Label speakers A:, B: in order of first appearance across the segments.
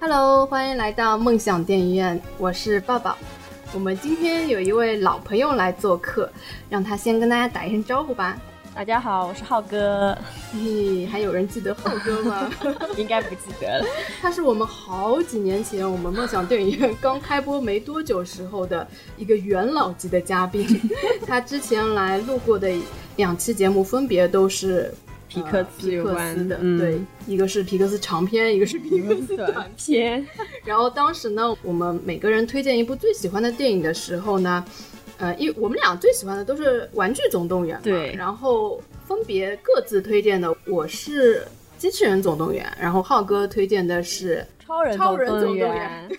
A: Hello，欢迎来到梦想电影院，我是抱抱。我们今天有一位老朋友来做客，让他先跟大家打一声招呼吧。
B: 大家好，我是浩 哥，
A: 咦，还有人记得浩哥吗？
B: 应该不记得了。
A: 他是我们好几年前我们梦想电影院刚开播没多久时候的一个元老级的嘉宾。他之前来录过的两期节目，分别都是
B: 啊皮克
A: 呃
B: 斯
A: 皮
B: 有
A: 克
B: 关
A: 斯的，
B: 嗯
A: 对，一个是皮克斯长篇，一个是皮克斯
B: 短片，
A: 然后当时呢，我们每个人推荐一部最喜欢的电影的时候呢，呃，因为我们俩最喜欢的都是《玩具总动员》嘛，
B: 对
A: 然后分别各自推荐的，我是。机器人总动员，然后浩哥推荐的是，
B: 超人
A: 超人
B: 总
A: 总动员，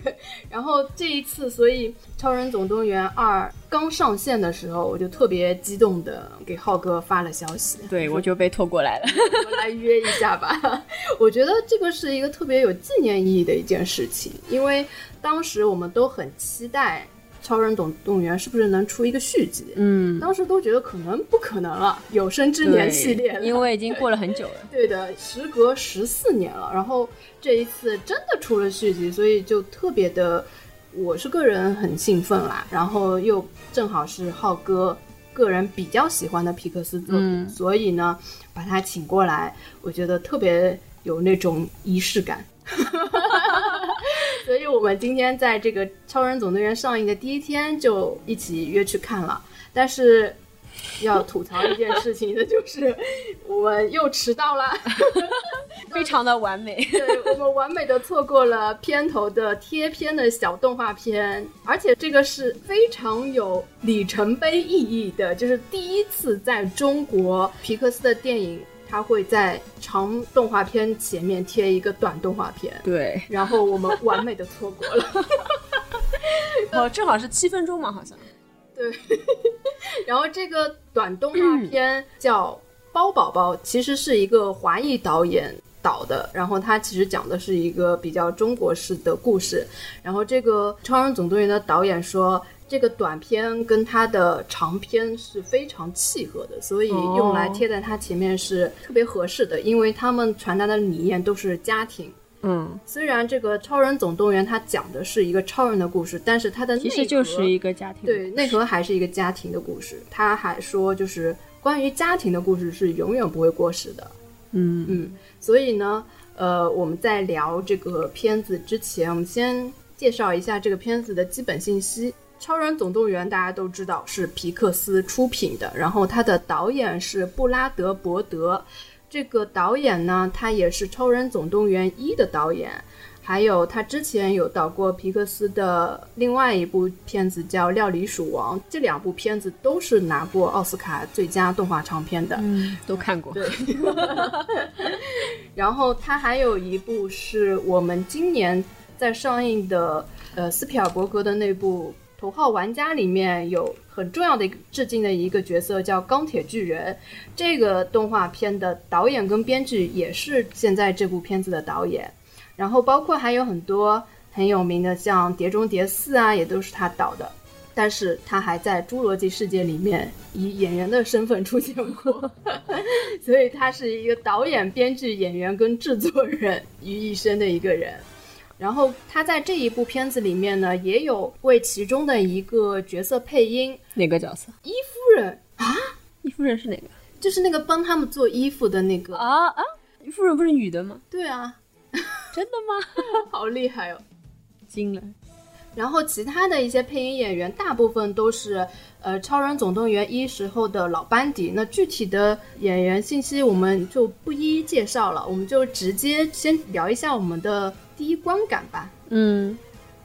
A: 然后这一次，所以《超人总动员二》刚上线的时候，我就特别激动的给浩哥发了消息，
B: 对我就被拖过来了。
A: 我们来约一下吧。 我觉得这个是一个特别有纪念意义的一件事情，因为当时我们都很期待《超人总动员》是不是能出一个续集。
B: 嗯，
A: 当时都觉得可能不可能了，有生之年系列了，
B: 因为已经过了很久了。
A: 对的，时隔十四年了，然后这一次真的出了续集，所以就特别的，我是个人很兴奋啦。然后又正好是浩哥个人比较喜欢的皮克斯作品，
B: 嗯
A: 所以呢，把他请过来，我觉得特别有那种仪式感。 所以我们今天在这个《超人总动员》上映的第一天就一起约去看了，但是要吐槽一件事情的就是，我们又迟到了，
B: 非常的完美，
A: 对我们完美的错过了片头的贴片的小动画片，而且这个是非常有里程碑意义的，就是第一次在中国皮克斯的电影，它会在长动画片前面贴一个短动画片。
B: 对，
A: 然后我们完美的错过了，
B: 哦，正好是七分钟嘛，好像
A: 然后这个短动画片叫
B: 嗯
A: 《包宝宝》，其实是一个华裔导演导的，然后它其实讲的是一个比较中国式的故事。然后这个《超人总动员》的导演说，这个短片跟他的长片是非常契合的，所以
B: 哦
A: 用来贴在它前面是特别合适的，因为他们传达的理念都是家庭。
B: 嗯，
A: 虽然这个《超人总动员》它讲的是一个超人的故事，但是它的
B: 其
A: 内
B: 实
A: 核
B: 就是一个家庭，
A: 对，内核还是一个家庭的故事。他还说，就是关于家庭的故事是永远不会过时的。
B: 嗯，
A: 嗯，所以呢，呃，我们在聊这个片子之前，我们先介绍一下这个片子的基本信息。《超人总动员》大家都知道是皮克斯出品的，然后它的导演是布拉德·伯德。这个导演呢，他也是《超人总动员一》的导演，还有他之前有导过皮克斯的另外一部片子叫《料理鼠王》，这两部片子都是拿过奥斯卡最佳动画长片的。
B: 嗯，都看过，
A: 然后它还有一部是我们今年在上映的，呃，斯皮尔伯格的那部《头号玩家》里面有很重要的一个致敬的一个角色叫钢铁巨人。这个动画片的导演跟编剧也是现在这部片子的导演，然后包括还有很多很有名的像《碟中谍四》啊，也都是他导的。但是他还在《侏罗纪世界》里面以演员的身份出现过，所以他是一个导演、编剧、演员跟制作人于一身的一个人。然后他在这一部片子里面呢，也有为其中的一个角色配音，
B: 哪个角色？
A: 伊夫人
B: 伊夫人是哪个？
A: 就是那个帮他们做衣服的那个。
B: 啊啊，伊夫人不是女的吗？
A: 对啊，
B: 真的吗？
A: 好厉害哦！
B: 惊了，
A: 然后其他的一些配音演员，大部分都是呃《超人总动员一》时候的老班底。那具体的演员信息我们就不一一介绍了，我们就直接先聊一下我们的第一观感吧。
B: 嗯，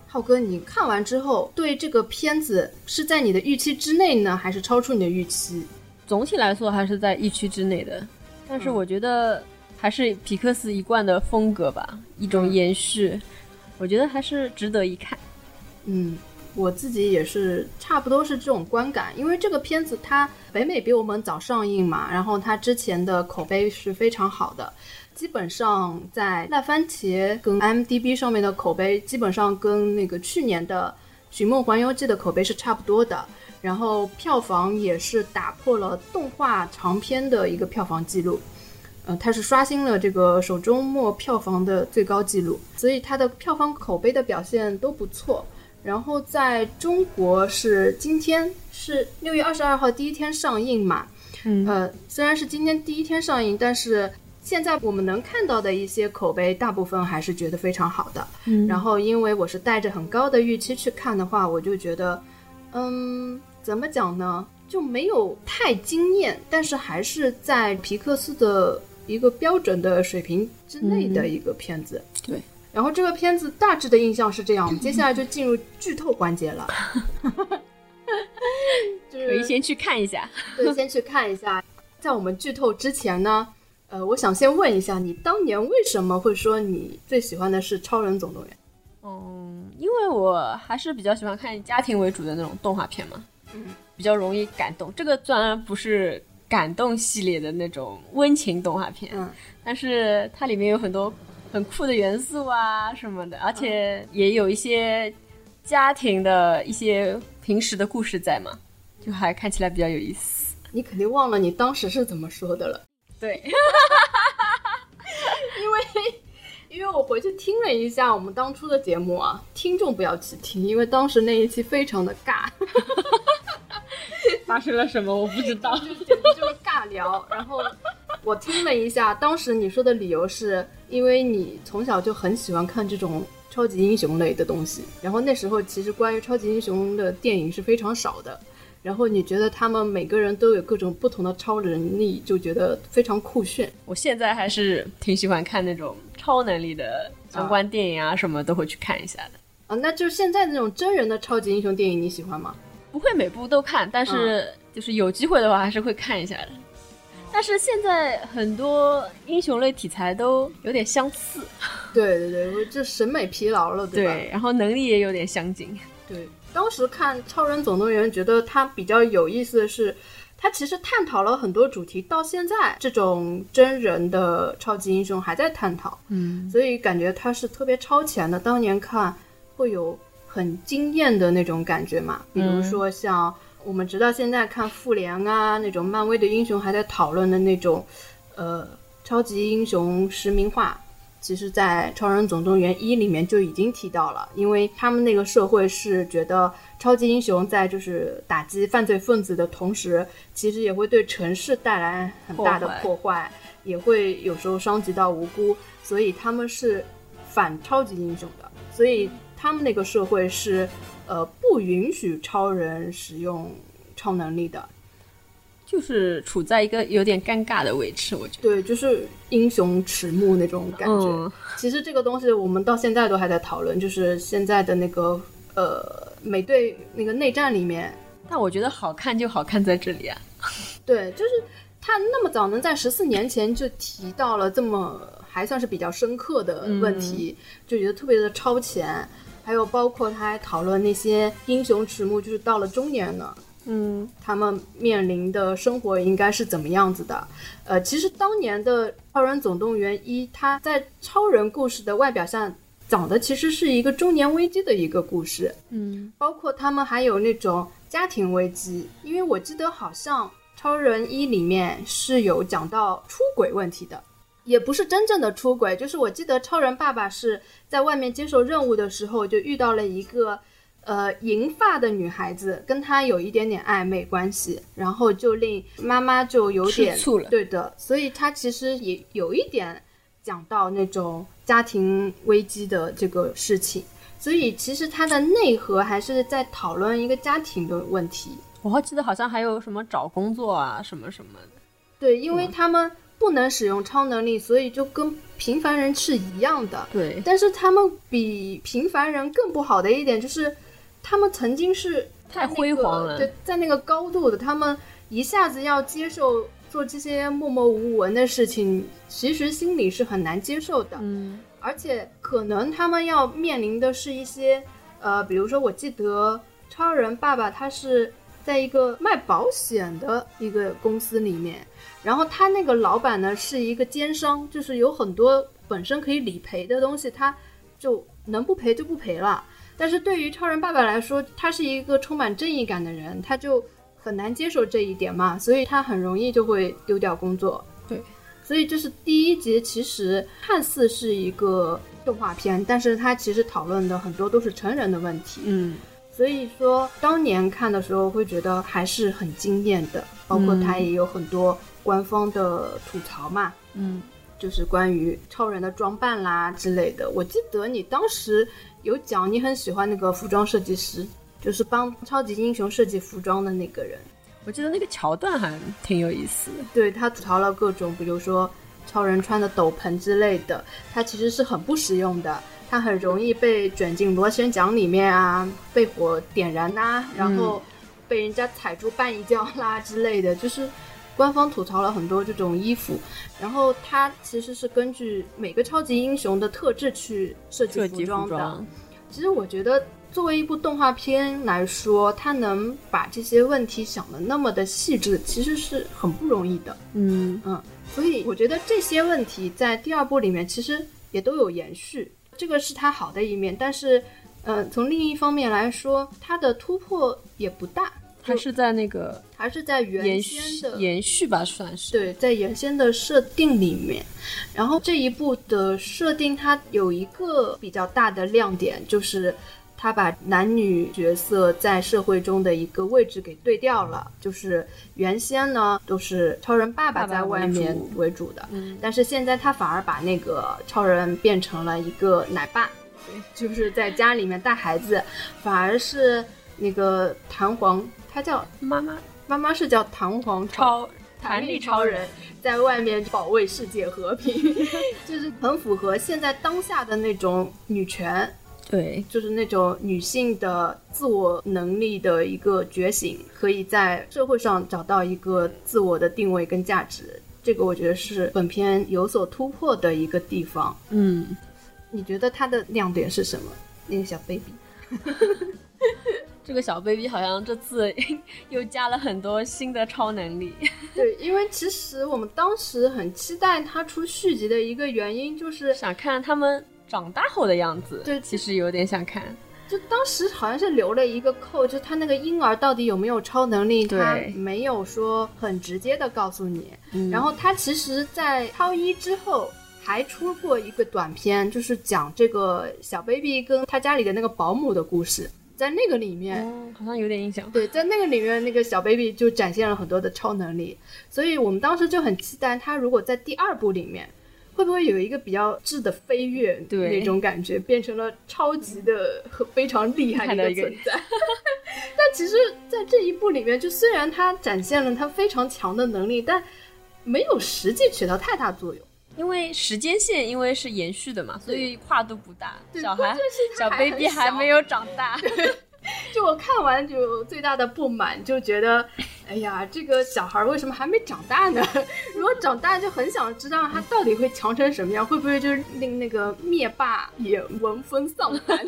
A: 浩哥，你看完之后对这个片子是在你的预期之内呢，还是超出你的预期？
B: 总体来说还是在疫区之内的，但是
A: 嗯
B: 我觉得还是皮克斯一贯的风格吧，一种延续，我觉得还是值得一看。
A: 嗯，我自己也是差不多是这种观感，因为这个片子它北美比我们早上映嘛，然后它之前的口碑是非常好的，基本上在烂番茄跟 m d b 上面的口碑，基本上跟那个去年的《寻梦环游记》的口碑是差不多的。然后票房也是打破了动画长片的一个票房记录，呃，它是刷新了这个首周末票房的最高纪录，所以它的票房口碑的表现都不错。然后在中国是今天是六月二十二号第一天上映嘛，
B: 嗯
A: 呃，虽然是今天第一天上映，但是现在我们能看到的一些口碑，大部分还是觉得非常好的。
B: 嗯
A: 然后因为我是带着很高的预期去看的话，我就觉得，嗯，怎么讲呢，就没有太惊艳，但是还是在皮克斯的一个标准的水平之内的一个片子。
B: 嗯对。
A: 然后这个片子大致的印象是这样，我们接下来就进入剧透环节 了。就是
B: 可以先去看一下。
A: 对，先去看一下。在我们剧透之前呢，呃，我想先问一下，你当年为什么会说你最喜欢的是《超人总动员》？
B: 嗯，因为我还是比较喜欢看以家庭为主的那种动画片嘛，
A: 嗯，
B: 比较容易感动。这个虽然不是感动系列的那种温情动画片，
A: 嗯，
B: 但是它里面有很多很酷的元素啊什么的，而且也有一些家庭的一些平时的故事在嘛，就还看起来比较有意思。
A: 你肯定忘了你当时是怎么说的了，
B: 对，
A: 因为我回去听了一下我们当初的节目啊，听众不要去听，因为当时那一期非常的尬，
B: 发生了什么我不知道。
A: 简直就是尬聊。然后我听了一下，当时你说的理由是因为你从小就很喜欢看这种超级英雄类的东西，然后那时候其实关于超级英雄的电影是非常少的。然后你觉得他们每个人都有各种不同的超能力，就觉得非常酷炫。
B: 我现在还是挺喜欢看那种超能力的相关电影啊，什么都会去看一下的。
A: 啊，那就是现在那种真人的超级英雄电影，你喜欢吗？
B: 不会每部都看，但是就是有机会的话还是会看一下的。但是现在很多英雄类题材都有点相似，
A: 对对对，我就审美疲劳了，吧？
B: 对，然后能力也有点相近。
A: 对，当时看《超人总动员》，觉得它比较有意思的是，它其实探讨了很多主题，到现在这种真人的超级英雄还在探讨，
B: 嗯，
A: 所以感觉它是特别超前的。当年看会有很惊艳的那种感觉嘛，比如说像我们直到现在看复联啊那种漫威的英雄还在讨论的那种，呃，超级英雄实名化，其实，在《超人总动员一》里面就已经提到了，因为他们那个社会是觉得超级英雄在就是打击犯罪分子的同时，其实也会对城市带来很大的破
B: 破
A: 坏，也会有时候伤及到无辜，所以他们是反超级英雄的，所以他们那个社会是呃不允许超人使用超能力的，
B: 就是处在一个有点尴尬的位置，我觉得。
A: 对，就是英雄迟暮那种感觉。
B: 嗯，
A: 其实这个东西我们到现在都还在讨论，就是现在的那个呃美队那个内战里面，
B: 但我觉得好看就好看在这里啊。
A: 对，就是他那么早能在十四年前就提到了这么还算是比较深刻的问题，就觉得特别的超前。还有包括他还讨论那些英雄迟暮，就是到了中年了，
B: 嗯，
A: 他们面临的生活应该是怎么样子的。呃，其实当年的《超人总动员一》，它在超人故事的外表上讲的其实是一个中年危机的一个故事，
B: 嗯，
A: 包括他们还有那种家庭危机，因为我记得好像《超人一》里面是有讲到出轨问题的。也不是真正的出轨，就是我记得超人爸爸是在外面接受任务的时候，就遇到了一个呃银发的女孩子，跟他有一点点暧昧关系，然后就令妈妈就有点
B: 吃醋了
A: 对的，所以他其实也有一点讲到那种家庭危机的这个事情，所以其实它的内核还是在讨论一个家庭的问题。
B: 我还记得好像还有什么找工作啊，什么什么的。
A: 对，因
B: 嗯
A: 为他们不能使用超能力，所以就跟平凡人是一样的。
B: 对，
A: 但是他们比平凡人更不好的一点就是，他们曾经是
B: 太
A: 在那个
B: 辉煌了
A: 对，在那个高度的，他们一下子要接受做这些默默无闻的事情，其实心里是很难接受的。
B: 嗯，
A: 而且可能他们要面临的是一些，呃，比如说我记得超人爸爸他是在一个卖保险的一个公司里面，然后他那个老板呢是一个奸商，就是有很多本身可以理赔的东西，他就能不赔就不赔了。但是对于超人爸爸来说，他是一个充满正义感的人，他就很难接受这一点嘛，所以他很容易就会丢掉工作。
B: 对，
A: 所以就是第一集其实看似是一个动画片，但是它其实讨论的很多都是成人的问题。
B: 嗯
A: 所以说，当年看的时候会觉得还是很惊艳的，包括它也有很多官方的吐槽嘛，
B: 嗯，
A: 就是关于超人的装扮啦之类的。我记得你当时有讲你很喜欢那个服装设计师，就是帮超级英雄设计服装的那个人，
B: 我记得那个桥段还挺有意思的。
A: 对他吐槽了各种，比如说超人穿的斗篷之类的，它其实是很不实用的，它很容易被卷进螺旋桨里面啊，被火点燃呐、
B: 嗯
A: 然后被人家踩住绊一跤啦之类的，就是。官方吐槽了很多这种衣服，然后它其实是根据每个超级英雄的特质去设计
B: 设
A: 服
B: 计
A: 装
B: 服
A: 的。
B: 装，
A: 其实我觉得，作为一部动画片来说，它能把这些问题想的那么的细致，其实是很不容易的。
B: 嗯
A: 所以我觉得这些问题在第二部里面其实也都有延续，这个是它好的一面。但是，呃，从另一方面来说，它的突破也不大，
B: 它是在那个
A: 还是在原
B: 延
A: 先
B: 续
A: 的
B: 延续吧，算是。
A: 对，在原先的设定里面，然后这一部的设定它有一个比较大的亮点，就是它把男女角色在社会中的一个位置给对调了。就是原先呢都是超人爸爸
B: 爸爸
A: 在外
B: 为主
A: 面为主的，
B: 嗯
A: 但是现在他反而把那个超人变成了一个奶爸，就是在家里面带孩子，反而是那个弹簧，他叫
B: 妈妈
A: 妈妈是叫弹簧
B: 超
A: 弹力超人在外面保卫世界和平， 就是很符合现在当下的那种女权，
B: 对，
A: 就是那种女性的自我能力的一个觉醒，可以在社会上找到一个自我的定位跟价值。这个我觉得是本片有所突破的一个地方。
B: 嗯，
A: 你觉得它的亮点是什么？那个小 baby，
B: 这个小 baby 好像这次 又加了很多新的超能力。
A: 对，因为其实我们当时很期待它出续集的一个原因就是
B: 想看他们长大后的样子。
A: 对
B: 其实有点想看。
A: 就当时好像是留了一个扣，就他那个婴儿到底有没有超能力，
B: 对
A: 他没有说很直接的告诉你。
B: 嗯
A: 然后他其实，在超一之后还出过一个短片，就是讲这个小 baby 跟他家里的那个保姆的故事，在那个里面。
B: 哦好像有点印象。
A: 对，在那个里面，那个小 baby 就展现了很多的超能力，所以我们当时就很期待他如果在第二部里面，会不会有一个比较质的飞跃，
B: 对
A: 那种感觉，变成了超级的和非常厉害的一个存在。 但其实，在这一部里面，就虽然他展现了他非常强的能力，但没有实际起到太大作用。
B: 因为时间线因为是延续的嘛，所以跨度不大。
A: 对
B: 小
A: 关
B: 孩
A: 键是他
B: 小
A: 还
B: baby
A: 很小
B: 还没有长大。
A: 就我看完就最大的不满，就觉得，哎呀，这个小孩为什么还没长大呢？ 如果长大，就很想知道他到底会强成什么样，会不会就是令那个灭霸也闻风丧胆？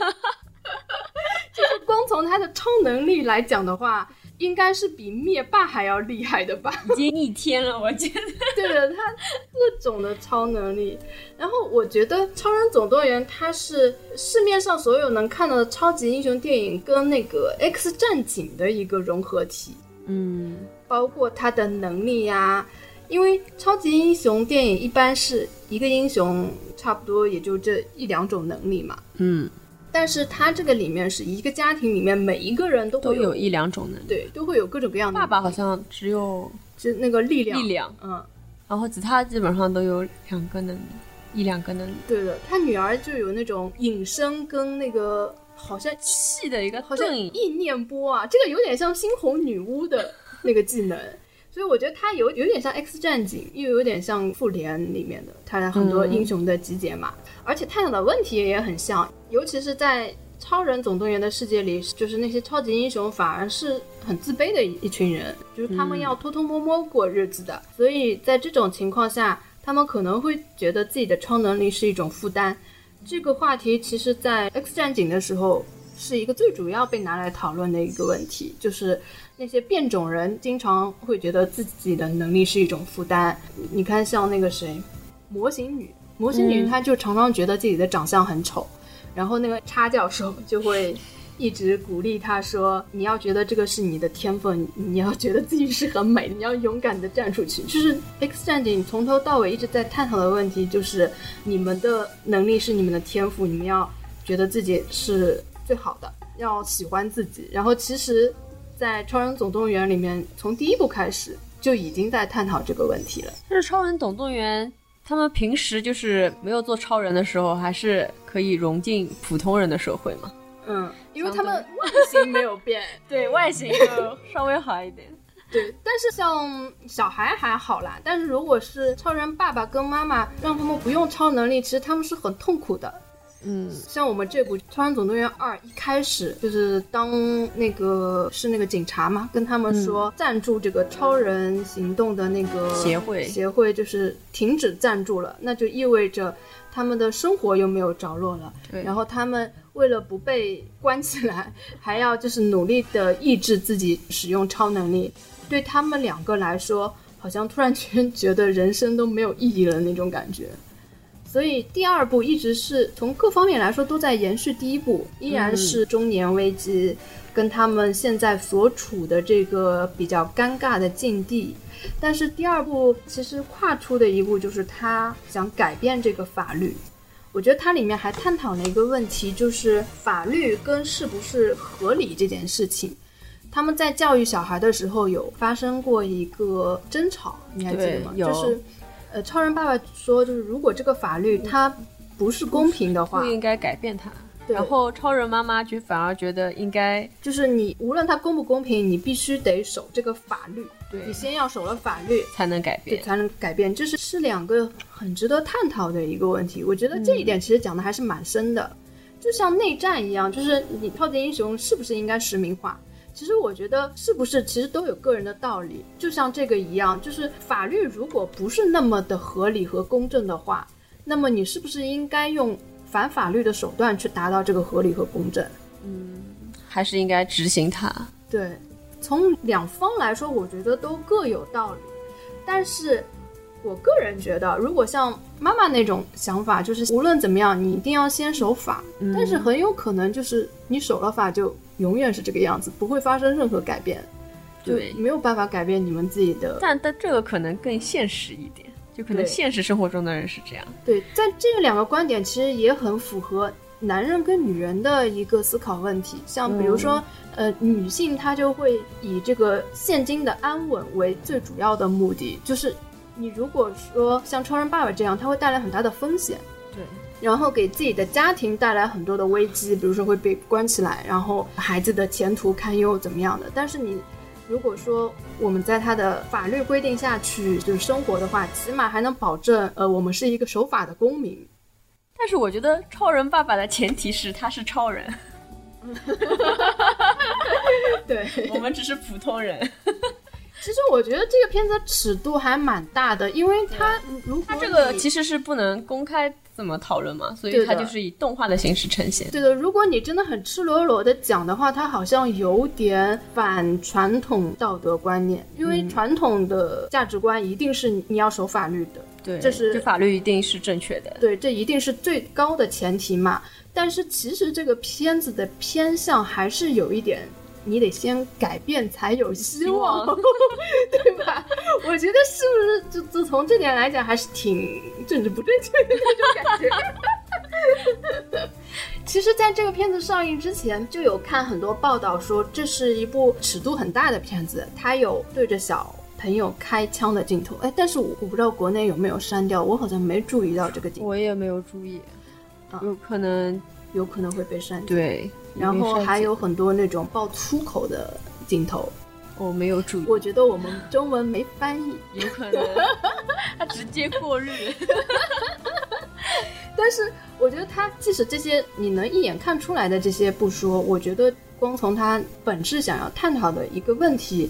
A: 就是光从他的超能力来讲的话，应该是比灭霸还要厉害的吧？
B: 已经逆天了，我觉 得。
A: 对的，他各种的超能力。然后我觉得《超人总动员》它是市面上所有能看到的超级英雄电影跟那个《X 战警》的一个融合体，
B: 嗯，
A: 包括他的能力呀、因为超级英雄电影一般是一个英雄差不多也就这一两种能力嘛，
B: 嗯，
A: 但是他这个里面是一个家庭里面每一个人都
B: 都
A: 会
B: 有一两种能力。
A: 对都会有各种各样的
B: 爸爸好像只有
A: 就那个力量
B: 力量，
A: 嗯。
B: 然后其他基本上都有两个能力，一两个能力。
A: 对的，他女儿就有那种隐身跟那个好像
B: 气的一个
A: 好像
B: 盾，
A: 意念波啊，这个有点像猩红女巫的那个技能，所以我觉得它有有点像 X 战警，又有点像复联里面的它很多
B: 嗯
A: 英雄的集结嘛，而且探讨的问题也很像，尤其是在。超人总动员的世界里，就是那些超级英雄反而是很自卑的一一群人，就是他们
B: 嗯
A: 要偷偷摸摸过日子的，所以在这种情况下，他们可能会觉得自己的超能力是一种负担，这个话题其实，在《X 战警》的时候是一个最主要被拿来讨论的一个问题，就是那些变种人经常会觉得自己的能力是一种负担。你看，像那个谁，模型女，模型女
B: 嗯
A: 她就常常觉得自己的长相很丑，然后那个叉教授就会一直鼓励他说：“你要觉得这个是你的天分，你要觉得自己是很美，你要勇敢的站出去。”就是《X 战警》从头到尾一直在探讨的问题，就是你们的能力是你们的天赋，你们要觉得自己是最好的，要喜欢自己。然后其实，在《超人总动员》里面，从第一部开始就已经在探讨这个问题了。
B: 但是超人总动员他们平时就是没有做超人的时候，还是可以融进普通人的社会嘛？
A: 嗯，因为他们外形没有变，
B: 对外形就稍微好一点。
A: 对，但是像小孩还好啦，但是如果是超人爸爸跟妈妈让他们不用超能力，其实他们是很痛苦的。
B: 嗯，
A: 像我们这部《超人总动员二》一开始就是当那个是那个警察嘛，跟他们
B: 嗯
A: 说赞助这个超人行动的那个
B: 协会
A: 协会就是停止赞助了，那就意味着他们的生活又没有着落了。
B: 对
A: 然后他们为了不被关起来，还要就是努力的抑制自己使用超能力。对他们两个来说，好像突然间觉得人生都没有意义了那种感觉。所以第二部一直是从各方面来说都在延续第一部，依然是中年危机，跟他们现在所处的这个比较尴尬的境地。但是第二部其实跨出的一步就是他想改变这个法律。我觉得它里面还探讨了一个问题，就是法律跟是不是合理这件事情。他们在教育小孩的时候有发生过一个争吵，你还记得吗？
B: 对有
A: 就是，呃，超人爸爸说，就是如果这个法律它不是公平的话
B: 不，应该改变它。
A: 对
B: 嗯然后超人妈妈觉反而觉得应该
A: 就是你无论它公不公平，你必须得守这个法律，你
B: 对
A: 先要守了法律，
B: 才能改
A: 对，
B: 变。
A: 才能改变，这是是两个很值得探讨的一个问题。我觉得这一点其实讲的还是蛮深的，就像内战一样，就是你超级英雄是不是应该实名化？其实我觉得是不是其实都有个人的道理，就像这个一样，就是法律如果不是那么的合理和公正的话，那么你是不是应该用反法律的手段去达到这个合理和公正？
B: 还是应该执行它。
A: 对，从两方来说，我觉得都各有道理。但是，我个人觉得，如果像妈妈那种想法，就是无论怎么样，你一定要先守法。但是很有可能就是你守了法，就永远是这个样子，不会发生任何改变，就
B: 对
A: 没有办法改变你们自己的。
B: 但但这个可能更现实一点，就可能
A: 对
B: 现实生活中的人是这样。
A: 对，在这个两个观点其实也很符合男人跟女人的一个思考问题。像比如说，呃，女性她就会以这个现金的安稳为最主要的目的，就是你如果说像超人爸爸这样，他会带来很大的风险。
B: 对，
A: 然后给自己的家庭带来很多的危机，比如说会被关起来，然后孩子的前途堪忧怎么样的。但是你如果说我们在他的法律规定下去就是生活的话，起码还能保证呃我们是一个守法的公民。
B: 但是我觉得超人爸爸的前提是他是超人，
A: 对，
B: 我们只是普通人。
A: 其实我觉得这个片子的尺度还蛮大的，因为它如果
B: 他这个
A: 你
B: 其实是不能公开这么讨论嘛，所以
A: 对
B: 他
A: 的
B: 就是以动画的形式呈现。
A: 对的，如果你真的很赤裸裸的讲的话，它好像有点反传统道德观念，因为传统的价值观一定是你要守法律的，
B: 对，
A: 这是
B: 就法律一定是正确的。
A: 对，这一定是最高的前提嘛。但是其实这个片子的偏向还是有一点，你得先改变才有希望，
B: 希望
A: 对吧？我觉得是不是就就从这点来讲，还是挺政治不正确的那种感觉。 其实，在这个片子上映之前，就有看很多报道说这是一部尺度很大的片子，它有对着小朋友开枪的镜头。哎，但是我我不知道国内有没有删掉，我好像没注意到这个镜头。
B: 我也没有注意
A: 啊，
B: 有可能
A: 有可能会被删掉。
B: 对。
A: 然
B: 因为
A: 后
B: 上
A: 还
B: 次
A: 有很多那种爆粗口的镜头，
B: 我没有注意，
A: 我觉得我们中文没翻译。
B: 有可 能他直接过滤。
A: 但是我觉得它即使这些你能一眼看出来的这些不说，我觉得光从它本质想要探讨的一个问题，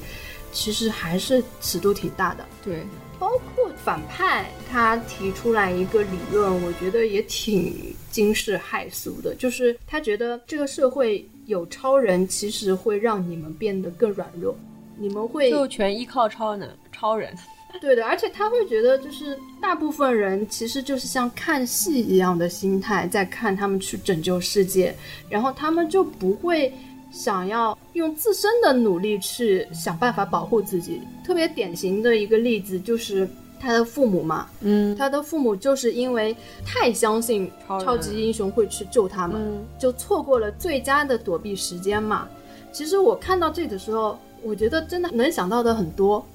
A: 其实还是尺度挺大的。
B: 对，
A: 包括反派他提出来一个理论，我觉得也挺惊世骇俗的，就是他觉得这个社会有超人，其实会让你们变得更软弱，你们会
B: 就全依靠超能超人。
A: 对的，而且他会觉得，就是大部分人其实就是像看戏一样的心态在看他们去拯救世界，然后他们就不会想要用自身的努力去想办法保护自己。特别典型的一个例子就是他的父母嘛，
B: 嗯，
A: 他的父母就是因为太相信
B: 超人
A: 超级英雄会去救他们，
B: 嗯
A: 就错过了最佳的躲避时间嘛。其实我看到这里的时候，我觉得真的能想到的很多，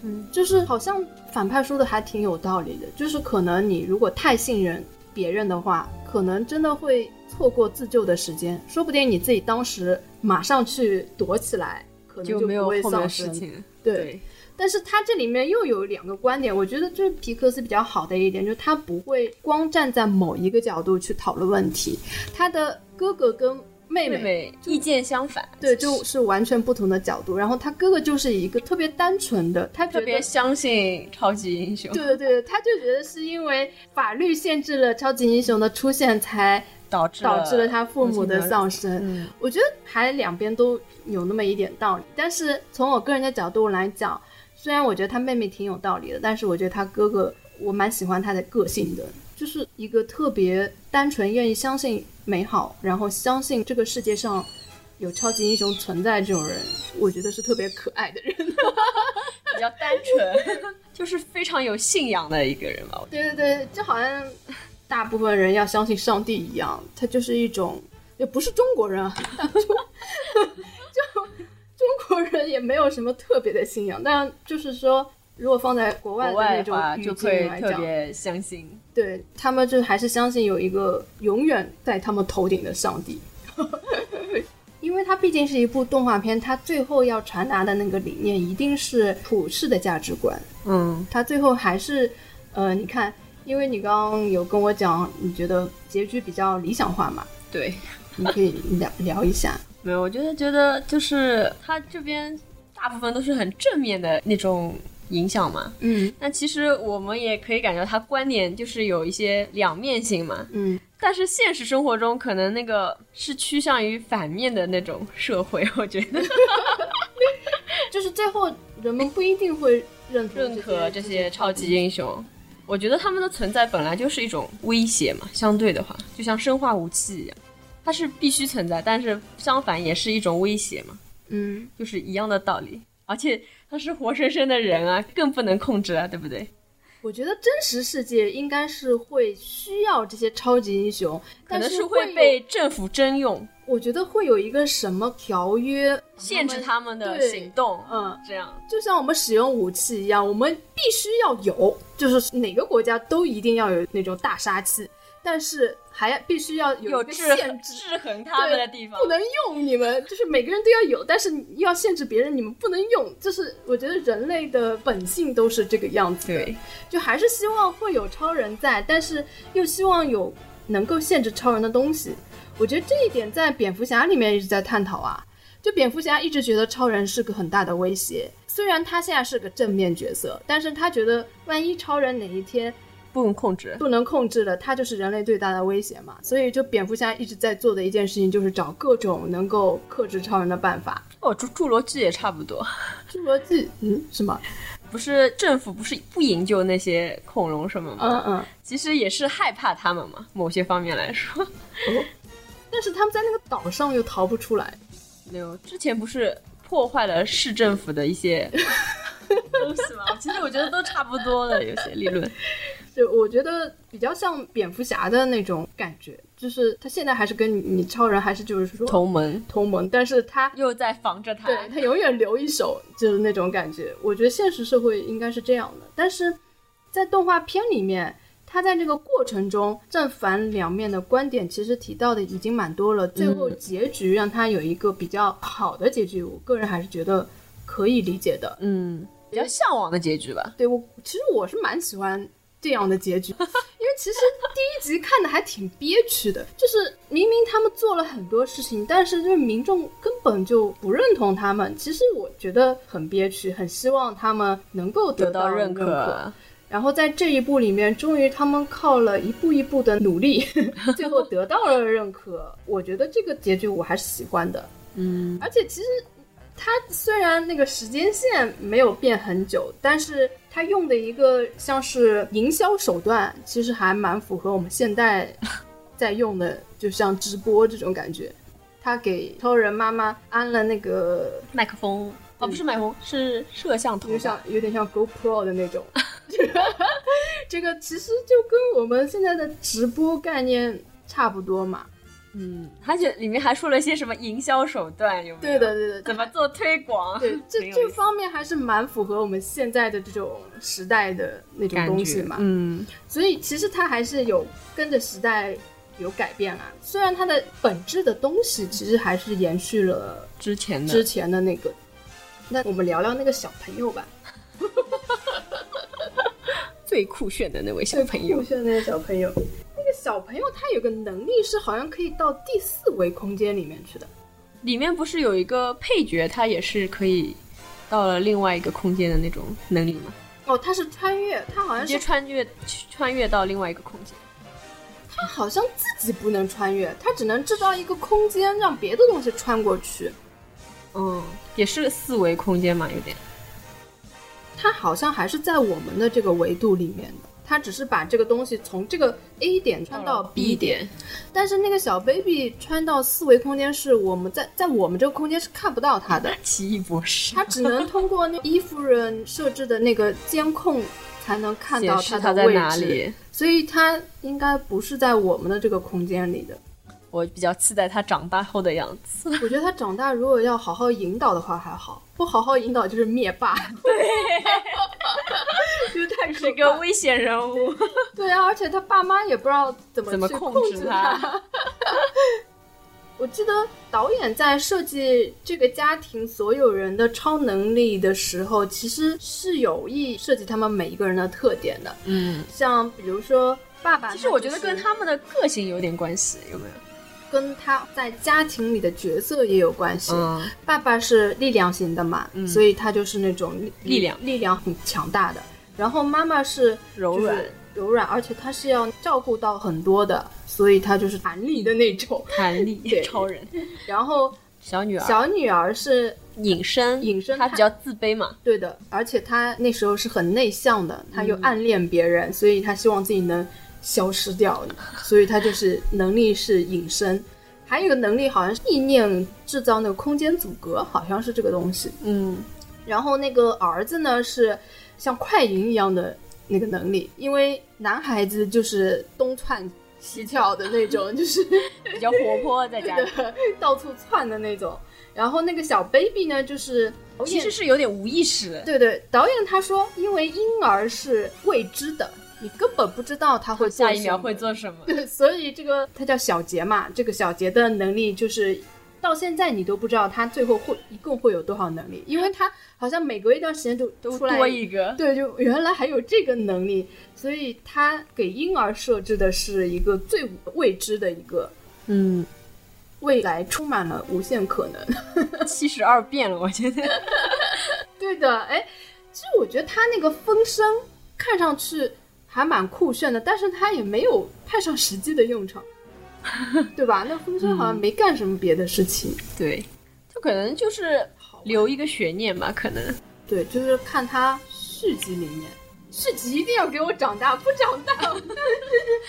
B: 对，
A: 就是好像反派说的还挺有道理的，就是可能你如果太信任别人的话，可能真的会错过自救的时间，说不定你自己当时马上去躲起来，可能
B: 就
A: 不
B: 没有
A: 会
B: 后面
A: 丧
B: 的事
A: 生。
B: 情了。
A: 对，，但是他这里面又有两个观点，我觉得这是皮克斯比较好的一点，就是他不会光站在某一个角度去讨论问题，他的哥哥跟妹
B: 妹妹意见相反，
A: 对，
B: 其实
A: 就是完全不同的角度。然后他哥哥就是一个特别单纯的，他觉
B: 特
A: 得
B: 别相信超级英雄，
A: 对对对，他就觉得是因为法律限制了超级英雄的出现，才
B: 导致
A: 导致了他父母的丧生。
B: 嗯
A: 我觉得还两边都有那么一点道理，但是从我个人的角度来讲，虽然我觉得他妹妹挺有道理的，但是我觉得他哥哥，我蛮喜欢他的个性的，就是一个特别单纯、愿意相信美好，然后相信这个世界上有超级英雄存在这种人，我觉得是特别可爱的人。
B: 比较单纯，就是非常有信仰的一个人吧。我
A: 对对对，就好像 大部分人要相信上帝一样，它就是一种，也不是中国人啊， 就就中国人也没有什么特别的信仰，但就是说，如果放在国外
B: 国
A: 的
B: 外
A: 那
B: 的话
A: 种语
B: 就
A: 境
B: 会
A: 来
B: 特
A: 讲，
B: 别相信，
A: 对他们就还是相信有一个永远在他们头顶的上帝。 因为它毕竟是一部动画片，它最后要传达的那个理念一定是普世的价值观，
B: 嗯，
A: 他最后还是，呃，你看，因为你刚刚有跟我讲，你觉得结局比较理想化嘛，
B: 对，
A: 你可以聊聊一 下。
B: 没有，我觉得觉得就是他这边大部分都是很正面的那种影响嘛。
A: 嗯
B: 那其实我们也可以感觉他观点就是有一些两面性嘛，
A: 嗯，
B: 但是现实生活中可能那个是趋向于反面的那种社会，我觉得
A: 就是最后人们不一定会认同
B: 认可这些超级
A: 英
B: 英雄。我觉得他们的存在本来就是一种威胁嘛，相对的话，就像生化武器一样，它是必须存在，但是相反也是一种威胁嘛。
A: 嗯，
B: 就是一样的道理。而且他是活生生的人啊，更不能控制啊，对不对？
A: 我觉得真实世界应该是会需要这些超级英雄，
B: 可
A: 但
B: 能
A: 是
B: 会
A: 有
B: 被政府征用，
A: 我觉得会有一个什么条约
B: 限制他们的
A: 对
B: 行动，
A: 嗯，
B: 这样。
A: 就像我们使用武器一样，我们必须要有，就是哪个国家都一定要有那种大杀器，但是还必须要有
B: 有
A: 一个
B: 制
A: 限制，
B: 制衡他们的地方
A: 不，能用你们，就是每个人都要有，但是你要限制别人，你们不能用。就是我觉得人类的本性都是这个样子的，
B: 对，
A: 就还是希望会有超人在，但是又希望有能够限制超人的东西。我觉得这一点在蝙蝠侠里面一直在探讨啊。就蝙蝠侠一直觉得超人是个很大的威胁，虽然他现在是个正面角色，但是他觉得万一超人哪一天
B: 不能控制。
A: 不能控制了，它就是人类最大的威胁嘛。所以，就蝙蝠侠一直在做的一件事情，就是找各种能够克制超人的办法。
B: 哦，侏侏罗纪也差不多，
A: 侏罗纪，嗯，什么？
B: 不是政府不是不营救那些恐龙什么吗？
A: 嗯嗯。
B: 其实也是害怕他们嘛，某些方面来 说。
A: 但是他们在那个岛上又逃不出来，
B: 没有，之前不是破坏了市政府的一些 东西吗？其实我觉得都差不多的，有些理论。
A: 就我觉得比较像蝙蝠侠的那种感觉，就是他现在还是跟你你超人还是就是说
B: 同盟
A: 同盟，但是他
B: 又在防着他，
A: 对他永远留一手，就是那种感觉。我觉得现实社会应该是这样的，但是在动画片里面，他在这个过程中正反两面的观点其实提到的已经蛮多了。最后结局让他有一个比较好的结局，我个人还是觉得可以理解的。
B: 嗯，比较向往的结局吧。
A: 对我其实我是蛮喜欢这样的结局，因 为其实第一集看的还挺憋屈的，就是明明他们做了很多事情，但是就是民众根本就不认同他们。其实我觉得很憋屈，很希望他们能够
B: 得
A: 到
B: 到认
A: 可。
B: 可，啊
A: 然后在这一步里面，终于他们靠了一步一步的努力， 最后得到了认可。我觉得这个结局我还是喜欢的。
B: 嗯，
A: 而且其实他它虽然那个时间线没有变很久，但是它用的一个像是营销手段，其实还蛮符合我们现代在 用的，就像直播这种感觉。他给超人妈妈安了那个
B: 麦克风哦，不是麦克风，是摄像头
A: 就。像有点像 GoPro 的那种。 这个其实就跟我们现在的直播概念差不多嘛。
B: 嗯，而且里面还说了一些什么营销手段，有没
A: 对
B: 有？
A: 的，对的，
B: 怎么做推广？
A: 对，
B: 挺
A: 这
B: 有意
A: 这
B: 思
A: 方面还是蛮符合我们现在的这种时代的那种
B: 感
A: 东
B: 觉
A: 西嘛。
B: 嗯，
A: 所以其实它还是有跟着时代有改变啊。虽然它的本质的东西其实还是延续了
B: 之前
A: 之
B: 的
A: 前的那
B: 嗯
A: 个。那我们聊聊那个小朋友吧，
B: 最酷炫的那位小朋 友
A: 酷，炫那个小朋友，那个小朋友他有个能力是好像可以到第四维空间里面去的。
B: 里面不是有一个配角，他也是可以到了另外一个空间的那种能力吗？
A: 哦，他是穿越，他好
B: 直
A: 像
B: 接
A: 是
B: 穿越穿越到另外一个空间。
A: 他好像自己不能穿越，他只能制造一个空间让别的东西穿过去。
B: 嗯，也是四维空间嘛，有点。
A: 它好像还是在我们的这个维度里面的，它只是把这个东西从这个 A 点穿到 B 点，
B: 点，
A: 但是那个小 baby 穿到四维空间是我们在在我们这个空间是看不到它的，
B: 奇异博士，
A: 它只能通过那伊夫人设置的那个监控才能看到
B: 显示
A: 它
B: 他
A: 的
B: 在
A: 位
B: 哪
A: 置，
B: 里？
A: 所以它应该不是在我们的这个空间 里的。
B: 我比较期待他长大后的样子。
A: 我觉得他长大如果要好好引导的话还好，不好好引导就是灭 霸，对，就是太可
B: 是
A: 怕了
B: 个危险人物，
A: 对啊，而且他爸妈也不知道怎么
B: 怎么
A: 去
B: 控
A: 控
B: 制
A: 他。
B: 他
A: 我记得导演在设计这个家庭所有人的超能力的时候，其实是有意设计他们每一个人的特点的。
B: 嗯，
A: 像比如说爸爸，
B: 其实我觉得
A: 就是
B: 跟他们的个性有点关系，有没有？
A: 跟他在家庭里的角色也有关系。
B: 嗯，
A: 爸爸是力量型的嘛，
B: 嗯
A: 所以他就是那种力
B: 力量
A: 力量很强大的。然后妈妈是
B: 柔软
A: 就是柔软，而且她是要照顾到很多的，所以她就是弹力的那种。
B: 弹力
A: 对
B: 超人，
A: 然后
B: 小女儿
A: 小女儿是
B: 隐身，
A: 隐身
B: 她
A: 她
B: 比较自卑嘛，
A: 对的，而且她那时候是很内向的，她又暗恋别人，所以她希望自己能消失掉，所以她就是能力是隐身。还有一个能力好像是意念制造那个空间阻隔，好像是这个东西。
B: 嗯，
A: 然后那个儿子呢是像快银一样的那个能力，因为男孩子就是东窜西跳的那种，就是
B: 比较活泼，在家里
A: 到处窜的那种。然后那个小 baby 呢，就是
B: 其实哦是有点无意识的，
A: 对对，导演他说，因为婴儿是未知的，你根本不知道他会做
B: 下一秒
A: 什么
B: 会做什么？
A: 对，所以这个他叫小杰嘛，这个小杰的能力就是到现在你都不知道他最后会一共会有多少能力，因为他好像每隔一段时间就
B: 都
A: 出来
B: 多一个，
A: 对，就原来还有这个能力，所以他给婴儿设置的是一个最未知的一个
B: 嗯，
A: 未来，充满了无限可能。
B: 七十二变了，我觉得
A: 对的，哎，其实我觉得他那个风声看上去还蛮酷炫的，但是他也没有派上实际的用 场，对吧？那风声好像没干什么别的事情。
B: 对，就可能就是
A: 好
B: 留一个悬念吧，可能
A: 对，就是看他续集里面，续集一定要给我长大，不长 大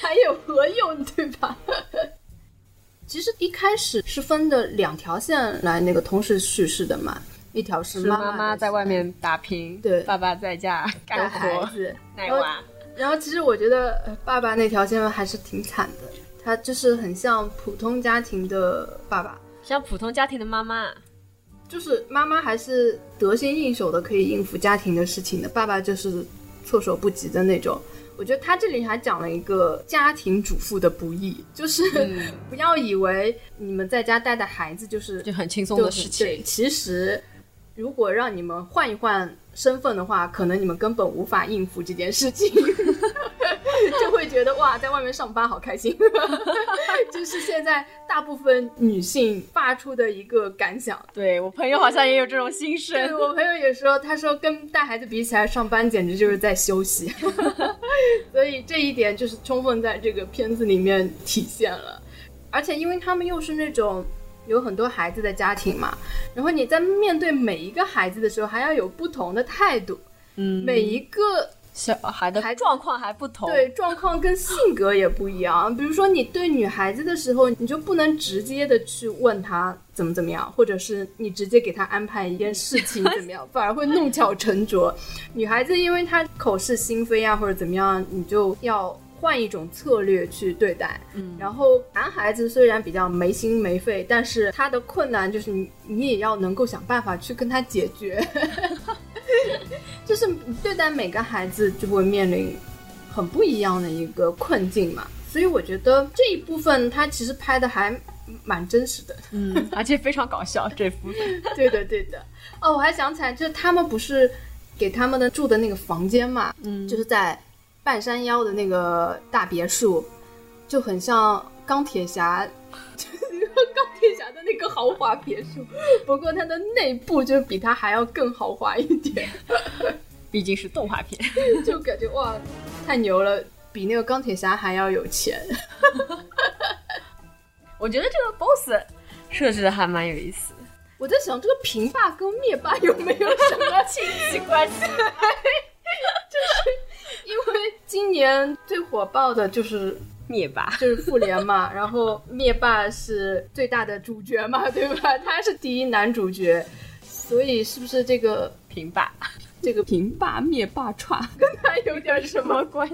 A: 还有何用，对吧？ 其实一开始是分的两条线来那个同时叙事的嘛，一条是
B: 是
A: 妈
B: 妈
A: 妈
B: 妈
A: 的
B: 在外面打拼，
A: 对
B: 爸爸在家
A: 带
B: 干
A: 孩
B: 活
A: 子，
B: 奶
A: 然后
B: 娃，
A: 然后其实我觉得呃爸爸那条线还是挺惨的，他就是很像普通家庭的爸爸，
B: 像普通家庭的妈妈，
A: 就是妈妈还是得心应手的可以应付家庭的事情的，爸爸就是措手不及的那种。我觉得他这里还讲了一个家庭主妇的不易，就是、 不要以为你们在家带的孩子就是
B: 就很轻松
A: 就
B: 的
A: 是
B: 事
A: 对
B: 情，
A: 其实如果让你们换一换身份的话，可能你们根本无法应付这件事情， 就会觉得哇，在外面上班好开心。 就是现在大部分女性发出的一个感想。
B: 对我朋友好像也有这种心声
A: 对，我朋友也说，他说跟带孩子比起来，上班简直就是在休息，所以这一点就是充分在这个片子里面体现了。而且因为他们又是那种有很多孩子的家庭嘛，然后你在面对每一个孩子的时候，还要有不同的态度，
B: 嗯，
A: 每一个
B: 小孩的
A: 孩子
B: 状况还不同，
A: 对状况跟性格也不一样。比如说，你对女孩子的时候，你就不能直接的去问她怎么怎么样，或者是你直接给她安排一件事情怎么样， 反而会弄巧成拙。女孩子因为她口是心非啊，或者怎么样，你就要。换一种策略去对待，嗯，然后男孩子虽然比较没心没肺，但是他的困难就是你你也要能够想办法去跟他解决， 就是对待每个孩子就会面临很不一样的一个困境嘛。所以我觉得这一部分他其实拍的还蛮真实的。
B: 嗯，而且非常搞笑这部分。
A: 对的，对的。哦，我还想起来，就是他们不是给他们的住的那个房间嘛，
B: 嗯
A: 就是在半山腰的那个大别墅，就很像钢铁侠。钢铁侠的那个豪华别墅，不过它的内部就比它还要更豪华一点。
B: 毕竟是动画片，
A: 就感觉哇，太牛了，比那个钢铁侠还要有钱。
B: 我觉得这个 BOSS 设置的还蛮有意思的，
A: 我在想，这个平霸跟灭霸有没有什么 亲戚关系？就是因为今年最火爆的就是
B: 灭霸。
A: 就是复联 嘛，然后灭霸是最大的主角嘛，对吧？他是第一男主角，所以是不是这个
B: 平霸
A: 这个平霸灭霸串跟他有点什
B: 什
A: 么
B: 么关系？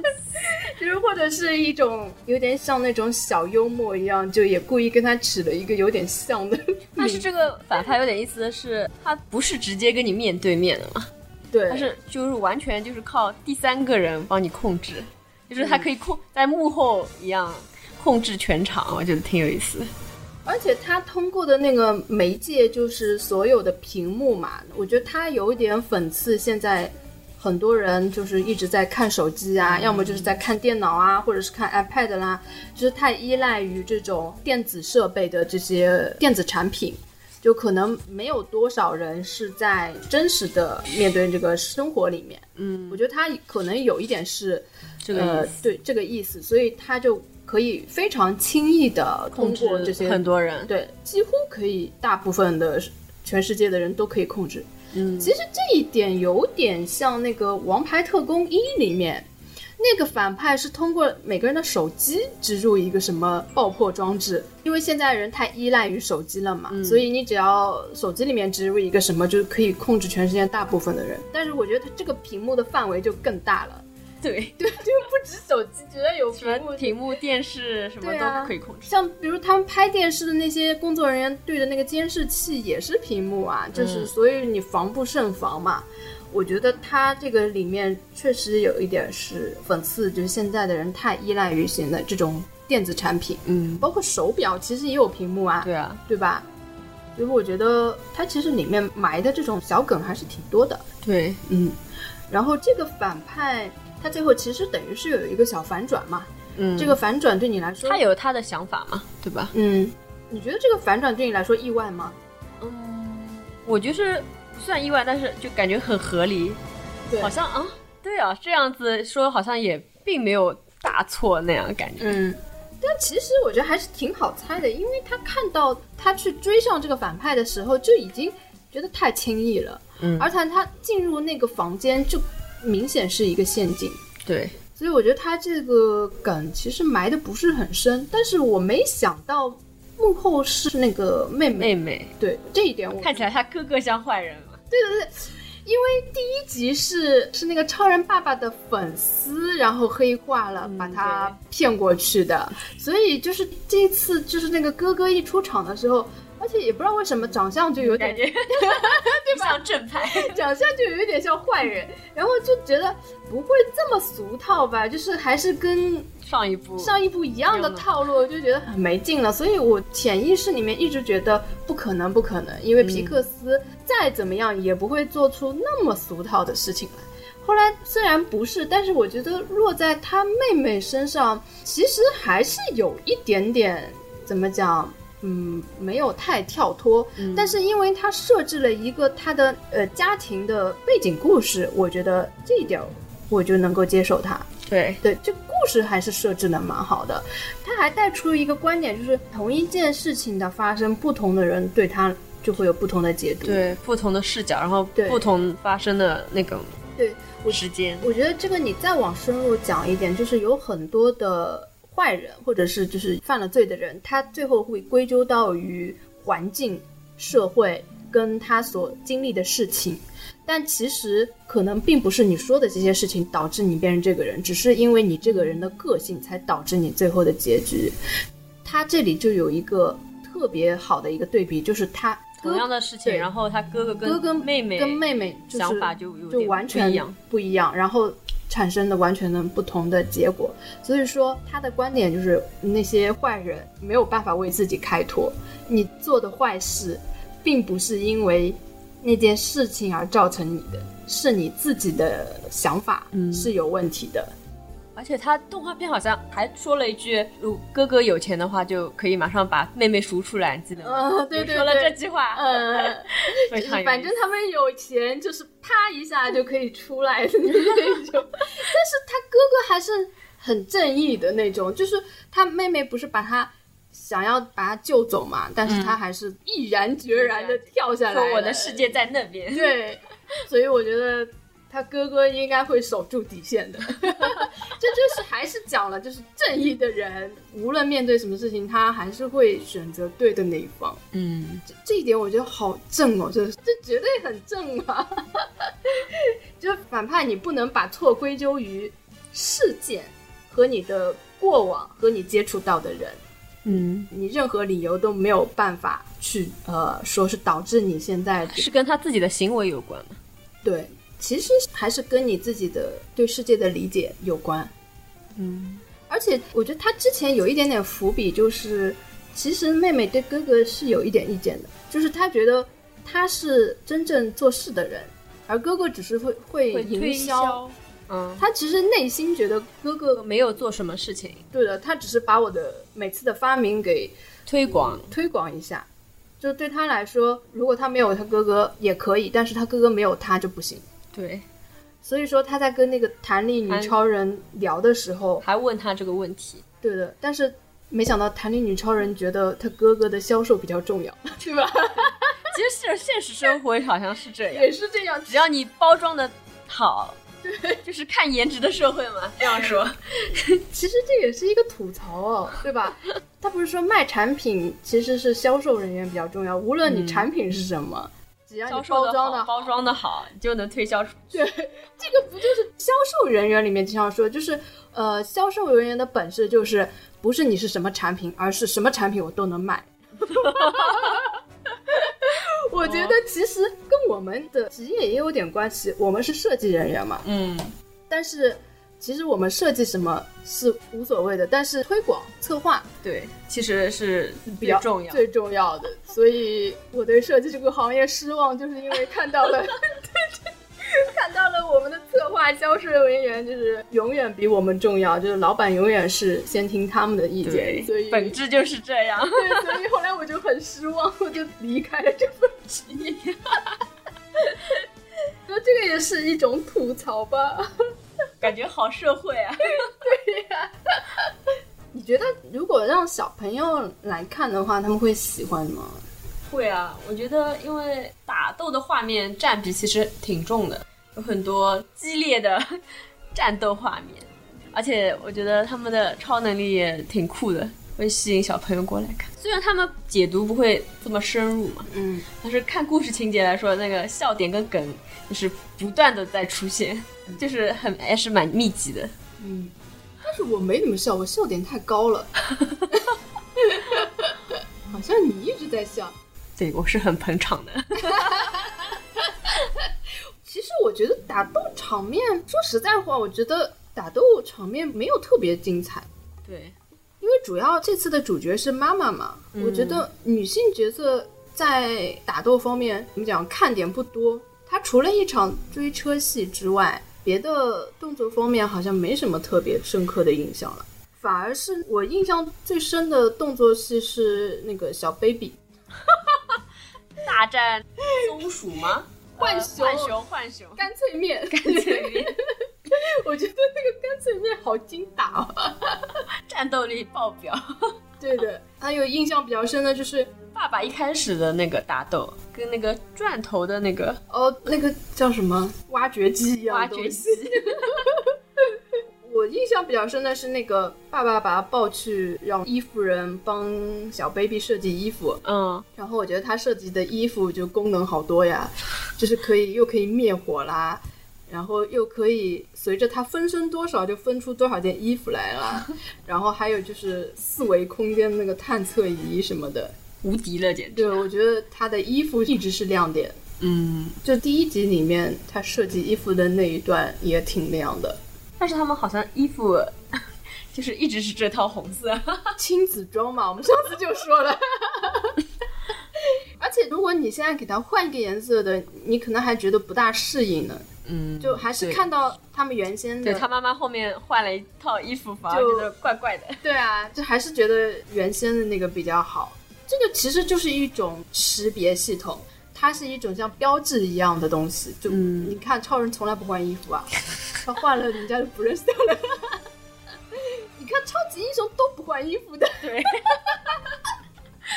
A: 就是或者是一种有点像那种小幽默一样，就也故意跟他取了一个有点像的名字。
B: 但是这个反派有点意思的是，他不是直接跟你面对面的嘛，
A: 对，
B: 他是就是完全就是靠第三个人帮你控制，就是他可以控在幕后一样控制全场，我觉得挺有意思。
A: 而且他通过的那个媒介就是所有的屏幕嘛，我觉得他有一点讽刺现在很多人就是一直在看手机
B: 嗯
A: 啊，要么就是在看电脑啊，或者是看 iPad 啦，就是太依赖于这种电子设备的这些电子产品。就可能没有多少人是在真实的面对这个生活里面，
B: 嗯，
A: 我觉得他可能有一点是
B: 这个
A: 呃
B: 意思、，
A: 对这个意思，所以他就可以非常轻易的通
B: 控制
A: 过这些
B: 很多人，
A: 对，几乎可以大部分的全世界的人都可以控制。
B: 嗯，
A: 其实这一点有点像那个《王牌特工一》里面，那个反派是通过每个人的手机植入一个什么爆破装置，因为现在人太依赖于手机了嘛，所以你只要手机里面植入一个什么，就可以控制全世界大部分的人。但是我觉得它这个屏幕的范围就更大了，
B: 对，
A: 对，就不止手机，觉得有
B: 什
A: 屏幕
B: 么
A: 就
B: 屏幕、电视什么
A: 对啊
B: 都可以控制。
A: 像比如他们拍电视的那些工作人员对着那个监视器也是屏幕啊，就是
B: 嗯
A: 所以你防不胜防嘛。我觉得他这个里面确实有一点是讽刺，就是现在的人太依赖于现在这种电子产品，
B: 嗯，
A: 包括手表其实也有屏幕啊，
B: 对啊，
A: 对吧？就是我觉得它其实里面埋的这种小梗还是挺多的。
B: 对，
A: 嗯，然后这个反派他最后其实等于是有一个小反转嘛，
B: 嗯，
A: 这个反转对你来说，
B: 他有他的想法嘛，对吧？
A: 嗯，你觉得这个反转对你来说意外吗？
B: 嗯，我就是不算意外，但是就感觉很合理，
A: 对
B: 好像啊，对啊，这样子说好像也并没有大错那样的感觉。
A: 嗯，但其实我觉得还是挺好猜的，因为他看到他去追上这个反派的时候，就已经觉得太轻易了，
B: 嗯
A: 而且他进入那个房间就明显是一个陷阱。
B: 对，
A: 所以我觉得他这个梗其实埋的不是很深，但是我没想到幕后是那个妹妹，
B: 妹妹
A: 对这一点我
B: 看起来她哥哥像坏人嘛，
A: 因为第一集是是那个超人爸爸的粉丝，然后黑化了，
B: 嗯
A: 把他骗过去的，所以就是这次就是那个哥哥一出场的时候，而且也不知道为什么长相就有点
B: 感 觉不像正派。
A: 长相就有一点像坏人，然后就觉得不会这么俗套吧，就是还是跟
B: 上一部
A: 上一部一样的套路，就觉得很没劲了。所以我潜意识里面一直觉得不可能，不可能，因为皮克斯再怎么样也不会做出那么俗套的事情来。后来虽然不是，但是我觉得落在他妹妹身上，其实还是有一点点怎么讲，嗯，没有太跳脱。但是因为他设置了一个他的呃家庭的背景故事，我觉得这一点我就能够接受他。
B: 对，
A: 对，这故事还是设置的蛮好的。他还带出一个观点，就是同一件事情的发生，不同的人对他就会有不同的解读。
B: 对不同的视角，然后
A: 对
B: 不同发生的那个
A: 对我
B: 时间，
A: 我觉得这个你再往深入讲一点，就是有很多的坏人，或者是就是犯了罪的人，他最后会归咎到于环境、社会跟他所经历的事情。但其实可能并不是你说的这些事情导致你变成这个人，只是因为你这个人的个性才导致你最后的结局。他这里就有一个特别好的一个对比，就是他
B: 同样的事情，
A: 对
B: 然后他哥哥跟
A: 哥跟
B: 妹妹
A: 跟妹妹就是
B: 想法就有
A: 就
B: 点
A: 完
B: 不
A: 全
B: 一样，
A: 不一样，然后产生的完全的不同的结果。所以说他的观点就是，那些坏人没有办法为自己开脱，你做的坏事，并不是因为那件事情而造成你的，是你自己的想法
B: 嗯
A: 是有问题的。
B: 而且他动画片好像还说了一句：“如果哥哥有钱的话，就可以马上把妹妹赎出来。”你记得吗？
A: 嗯，对对
B: 说了这
A: 对。
B: 句话，
A: 嗯，
B: 非常有意思
A: 反正他们有钱，就是啪一下就可以出来的那种。但是他哥哥还是很正义的那种，就是他妹妹不是把他想要把他救走嘛，但是他还是毅然决然的跳下来了。
B: 说我的世界在那边。
A: 对，所以我觉得他哥哥应该会守住底线的。 这就是还是讲了，就是正义的人，无论面对什么事情，他还是会选择对的那一方。
B: 嗯，
A: 这这一点我觉得好正哦，这这绝对很正啊！ 就是反派，你不能把错归咎于事件和你的过往和你接触到的人，
B: 嗯，
A: 你任何理由都没有办法去呃说是导致你现在这
B: 是跟他自己的行为有关吗？
A: 对，其实还是跟你自己的对世界的理解有关。
B: 嗯，
A: 而且我觉得他之前有一点点伏笔，就是其实妹妹对哥哥是有一点意见的，就是他觉得他是真正做事的人，而哥哥只是会会
B: 会
A: 营
B: 推销，嗯，
A: 他其实内心觉得哥哥
B: 没有做什么事情
A: 对的，他只是把我的每次的发明给
B: 推广，
A: 推广一下。就对他来说，如果他没有他哥哥也可以，但是他哥哥没有他就不行。
B: 对，
A: 所以说他在跟那个弹力女
B: 弹
A: 超人聊的时候，
B: 还问他这个问题，
A: 对的，但是没想到弹力女超人觉得她哥哥的销售比较重要， 对 吧？
B: 其实是现实生活好像是这样，
A: 也是这样，
B: 只要你包装的好，对，就是看颜值的社会嘛，这样说，
A: 其实这也是一个吐槽哦，对吧？他不是说卖产品其实是销售人员比较重要，无论你
B: 嗯
A: 产品是什么，只要你
B: 销售
A: 包
B: 的
A: 装
B: 好，
A: 的
B: 包装的好，你就能推销出
A: 对，这个不就是销售人员里面经常说，就是呃，销售人员的本事就是不是你是什么产品，而是什么产品我都能卖。 我觉得其实跟我们的职业也有点关系，我们是设计人员嘛，
B: 嗯，
A: 但是其实我们设计什么是无所谓的，但是推广策划
B: 对，其实是
A: 比
B: 比
A: 较
B: 较重要。
A: 最重要的。所以我对设计这个行业失望，就是因为看到了，对对， 看到了我们的策划销售人员就是永远比我们重要，就是老板永远是先听他们的意见，所以
B: 本质就是这 样。
A: 对，所以后来我就很失望，我就离开了这份职业。 就这个也是一种吐槽吧。
B: 感觉好社会啊！
A: 你觉得如果让小朋友来看的话，他们会喜欢吗？
B: 会啊，我觉得因为打斗的画面占比其实挺重的，有很多激烈的 战斗画面，而且我觉得他们的超能力也挺酷的，会吸引小朋友过来看。虽然他们解读不会这么深入嘛，
A: 嗯，
B: 但是看故事情节来说，那个笑点跟梗就是不断的在出现，就是很还是蛮密集的。
A: 嗯，但是我没怎么笑，我笑点太高了。好像你一直在笑。
B: 对我是很捧场的，
A: 其实我觉得打斗场面，说实在话，我觉得打斗场面没有特别精彩，
B: 对，
A: 因为主要这次的主角是妈妈嘛。我觉得女性角色在打斗方面怎么讲，看点不多。她除了一场追车戏之外，别的动作方面好像没什么特别深刻的印象了。反而是我印象最深的动作戏是那个小 baby，
B: 大战松鼠吗？
A: 浣
B: 呃
A: 熊
B: 浣熊，浣熊。
A: 干脆面，
B: 干脆面。
A: 我觉得那个干脆面好精打哦。
B: 战斗力爆表。
A: 对的，还有印象比较深的就是
B: 爸爸一开始的那个打斗，跟那个转头的那个
A: 哦，那个叫什么挖掘机一样
B: 挖
A: 的东西
B: 掘机，
A: 我印象比较深的是那个爸爸把他抱去让衣服人帮小 baby 设计衣服，
B: 嗯，
A: 然后我觉得他设计的衣服就功能好多呀， 就是可以又可以灭火啦，然后又可以随着它分身多少就分出多少件衣服来啦， 然后还有就是四维空间那个探测仪什么的，
B: 无敌了，简直。
A: 对我觉得他的衣服一直是亮点。
B: 嗯，
A: 就第一集里面他设计衣服的那一段也挺亮的，
B: 但是他们好像衣服 就是一直是这套红色。
A: 亲子装嘛，我们上次就说了。 而且如果你现在给它换一个颜色的，你可能还觉得不大适应呢。
B: 嗯，
A: 就还是
B: 对
A: 看到他们原先的，
B: 对他妈妈后面换了一套衣服，反而
A: 就
B: 觉得怪怪的。
A: 对啊，就还是觉得原先的那个比较好。这个其实就是一种识别系统，它是一种像标志一样的东西。就、
B: 嗯
A: 你看，超人从来不换衣 服啊，他换了人家就不认识他了。 你看，超级英雄都不换衣服的，
B: 对，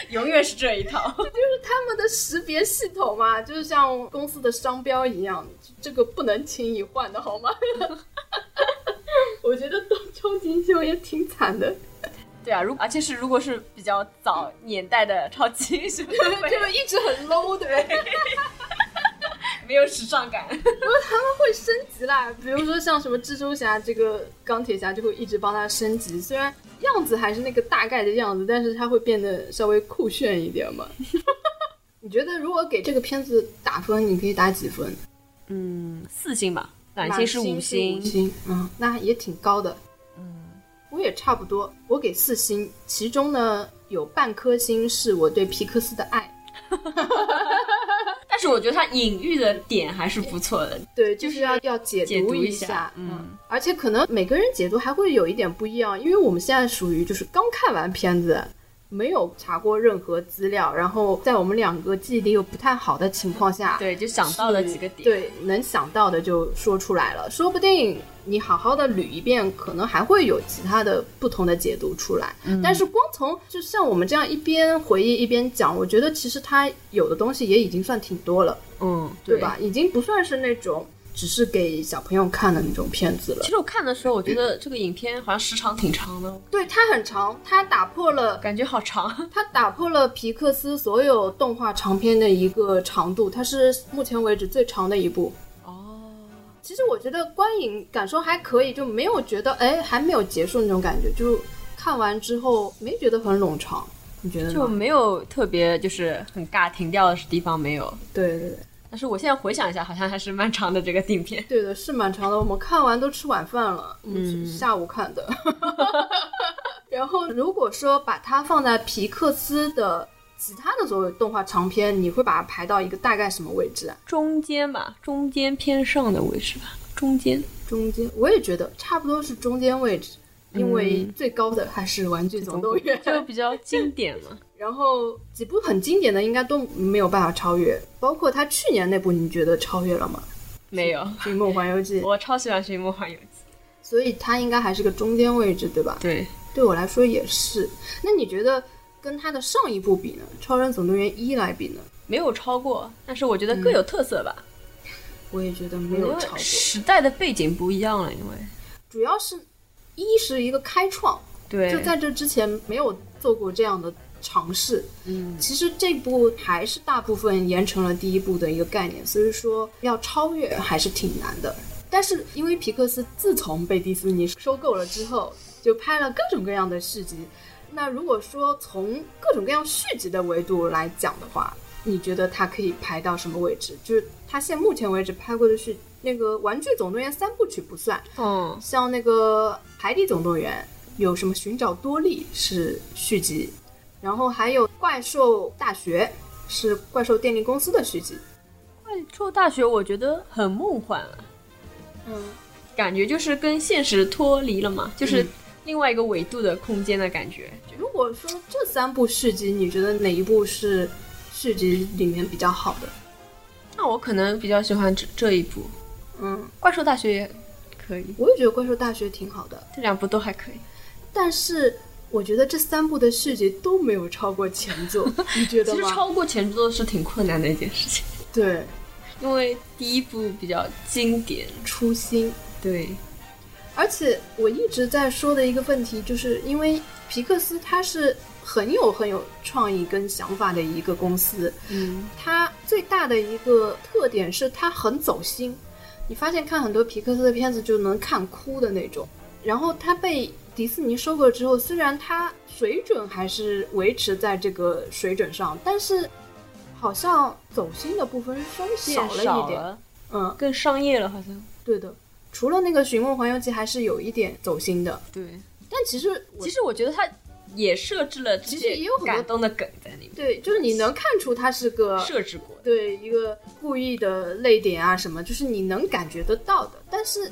B: 永远是这一套。
A: 就是他们的识别系统嘛，就是像公司的商标一样，这个不能轻易换的好吗？ 我觉得当超级英雄也挺惨的。
B: 对啊，如而且是如果是比较早年代的超级英 雄，
A: 就一直很 low 的人，
B: 没有时尚感。
A: 会升级啦。比如说像什么蜘蛛侠这个钢铁侠就会一直帮他升级，虽然样子还是那个大概的样子，但是他会变得稍微酷炫一点 嘛。你觉得如果给这个片子打分，你可以打几分？
B: 嗯，四星吧，暖心是五嗯
A: 星，五星，嗯，那也挺高的。我也差不多，我给四星，其中呢有半颗星是我对皮克斯的爱，
B: 但是我觉得它隐喻的点还是不错的。
A: 对，就是要要解
B: 解读
A: 一
B: 一
A: 下，
B: 下
A: 嗯
B: 嗯
A: 而且可能每个人解读还会有一点不一样，因为我们现在属于就是刚看完片子，没有查过任何资料，然后在我们两个记忆力又不太好的情况下，
B: 对，就想到了几个点。
A: 对，能想到的就说出来了，说不定你好好的捋一遍，可能还会有其他的不同的解读出来。但是光从就像我们这样一边回忆一边讲，我觉得其实它有的东西也已经算挺多了。
B: 嗯，
A: 对吧？？已经不算是那种只是给小朋友看的那种片子了
B: 其。实我看的时候，我觉得这个影片好像时长挺长的，
A: 对，它很长，它打破了
B: 感觉好长。
A: 它打破了皮克斯所有动画长片的一个长度，它是目前为止最长的一部。
B: 哦，
A: 其实我觉得观影感受还可以，就没有觉得哎还没有结束那种感觉，就看完之后没觉得很冗长。你觉得
B: 就
A: 呢？
B: 没有特别就是很尬停掉的地方没有。
A: 对对对。
B: 但是我现在回想一下，好像还是蛮长的这个影片。
A: 对的，是蛮长的。我们看完都吃晚饭了，我们是下午看的。嗯 然后，如果说把它放在皮克斯的其他的所有动画长片，你会把它排到一个大概什么位置啊？
B: 中间吧，中间偏上的位置吧，中间。
A: 中间，我也觉得差不多是中间位置，因为最高的还是《玩具总动员》
B: 就比较经典 嘛。
A: 然后几部很经典的应该都没有办法超越，包括他去年那部，你觉得超越了吗？
B: 没有，
A: 《寻梦环游记》，
B: 我超喜欢《寻梦环游记》。
A: 所以它应该还是个中间位置，对吧？
B: 对，
A: 对我来说也是。那你觉得跟他的上一部比呢？《超人总动员一》来比呢？
B: 没有超过，但是我觉得各有特色吧。
A: 我也觉得没有超过，
B: 时代的背景不一样了，因为
A: 主要是一是一个开创，
B: 对
A: 就在这之前没有做过这样的尝试。
B: 嗯，
A: 其实这部还是大部分沿承了第一部的一个概念，所以说要超越还是挺难的。但是因为皮克斯自从被迪士尼收购了之后，就拍了各种各样的续集。那如果说从各种各样续集的维度来讲的话，你觉得它可以排到什么位置？就是它现目前为止拍过的续那个《玩具总动员》三部曲不算，
B: 嗯，
A: 像那个《海底总动员》有什么《寻找多利》是续集，然后还有《怪兽大学》是怪兽电力公司的续集。
B: 怪兽大学我觉得很梦幻啊，
A: 嗯，
B: 感觉就是跟现实脱离了嘛，就是另外一个维度的空间的感觉。
A: 如果说这三部续集，你觉得哪一部是续集里面比较好的？
B: 那我可能比较喜欢这这一部《
A: 嗯，
B: 怪兽大学》也可以，
A: 我也觉得《怪兽大学》挺好的，
B: 这两部都还可以。
A: 但是我觉得这三部的续集都没有超过前作，你觉得
B: 其实
A: 吗？
B: 超过前作是挺困难的一件事情，
A: 对，
B: 因为第一部比较经典，
A: 初心。
B: 对，
A: 而且我一直在说的一个问题，就是因为皮克斯它是很有很有创意跟想法的一个公司，
B: 嗯，
A: 它最大的一个特点是它很走心，你发现看很多皮克斯的片子就能看哭的那种。然后它被迪士尼收购之后，虽然它水准还是维持在这个水准上，但是好像走心的部分稍显
B: 少
A: 了一
B: 少
A: 点。
B: 了，
A: 嗯，
B: 更商业了，好像。
A: 对的。除了那个《寻梦环游记》，还是有一点走心的。
B: 对，
A: 但其实我
B: 其实我觉得他也设置了，
A: 其实也有很多
B: 感动的梗在里面，
A: 对，就是你能看出它是个
B: 设置过的。
A: 对一个故意的泪点啊什么，就是你能感觉得到的。但是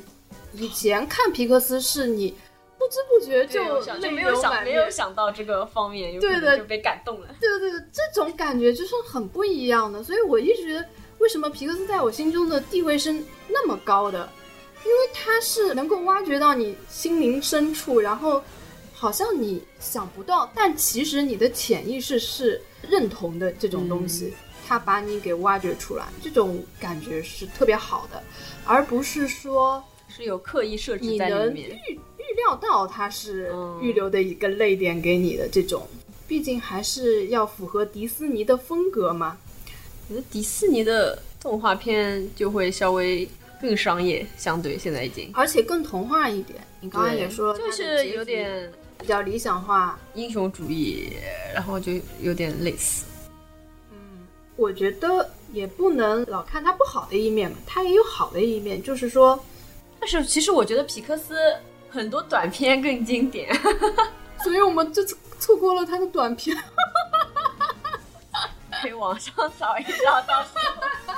A: 以前看皮克斯是你不知不觉
B: 对
A: 就
B: 我想就
A: 泪
B: 没
A: 流
B: 有
A: 满
B: 想没
A: 面，
B: 有想到这个方面，有可
A: 对
B: 能
A: 的
B: 就被感动了。
A: 对对对，这种感觉就是很不一样的。所以我一直觉得，为什么皮克斯在我心中的地位是那么高的？因为它是能够挖掘到你心灵深处，然后好像你想不到，但其实你的潜意识是认同的这种东西，它把你给挖掘出来，这种感觉是特别好的，而不是说
B: 是有刻意设置
A: 你
B: 在里
A: 能
B: 面。
A: 预预料到它是
B: 嗯
A: 预留的一个泪点给你的这种，毕竟还是要符合迪士尼的风格嘛。
B: 我觉得迪士尼的动画片就会稍微更商业，相对现在已经。
A: 而且更童话一点。你刚刚也说，
B: 就是有点
A: 比较理想化。
B: 英雄主义，然后就有点类似。
A: 我觉得也不能老看它不好的一面嘛，它也有好的一面，就是说，
B: 但是其实我觉得皮克斯很多短片更经典，
A: 所以我们这次错过了它的短片。
B: 可以网上找一找，到 时候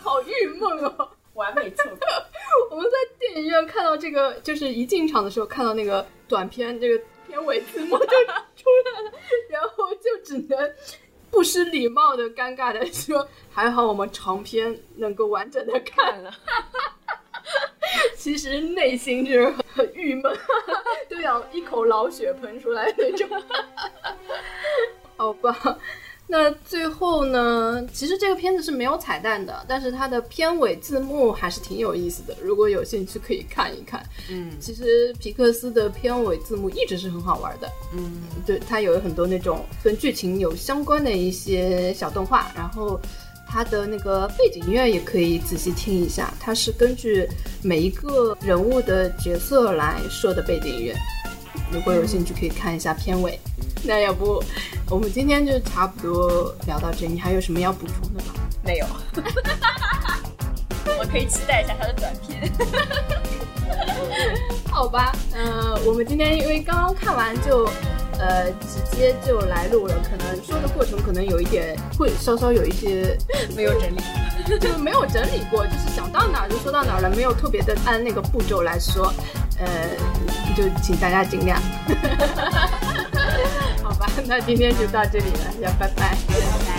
A: 好郁闷哦！
B: 完美错过。
A: 我们在电影院看到这个，就是一进场的时候看到那个短片，这个片尾字幕就出来了，然后就只能不失礼貌的尴尬的说，还好我们长篇能够完整的看。
B: 看了，
A: 其实内心就是很郁闷， 都想一口老血喷出来那种。 好吧，那最后呢？其实这个片子是没有彩蛋的，但是它的片尾字幕还是挺有意思的，如果有兴趣可以看一看。
B: 嗯
A: 其实皮克斯的片尾字幕一直是很好玩的，
B: 嗯，
A: 对，它有很多那种跟剧情有相关的一些小动画，然后它的那个背景音乐也可以仔细听一下，它是根据每一个人物的角色来设的背景音乐。如果有兴趣，可以看一下片尾。那要不我们今天就差不多聊到这，你还有什么要补充的吗？
B: 没有。 我们可以期待一下他的短片。
A: 好吧，呃，我们今天因为刚刚看完就，呃，直接就来录了，可能说的过程可能有一点会稍稍有一些
B: 没有整理。
A: 就没有整理过，就是想到哪儿就说到哪儿了，没有特别的按那个步骤来说，呃，就请大家尽量。 好吧，那今天就到这里了，要拜拜。
B: 拜拜。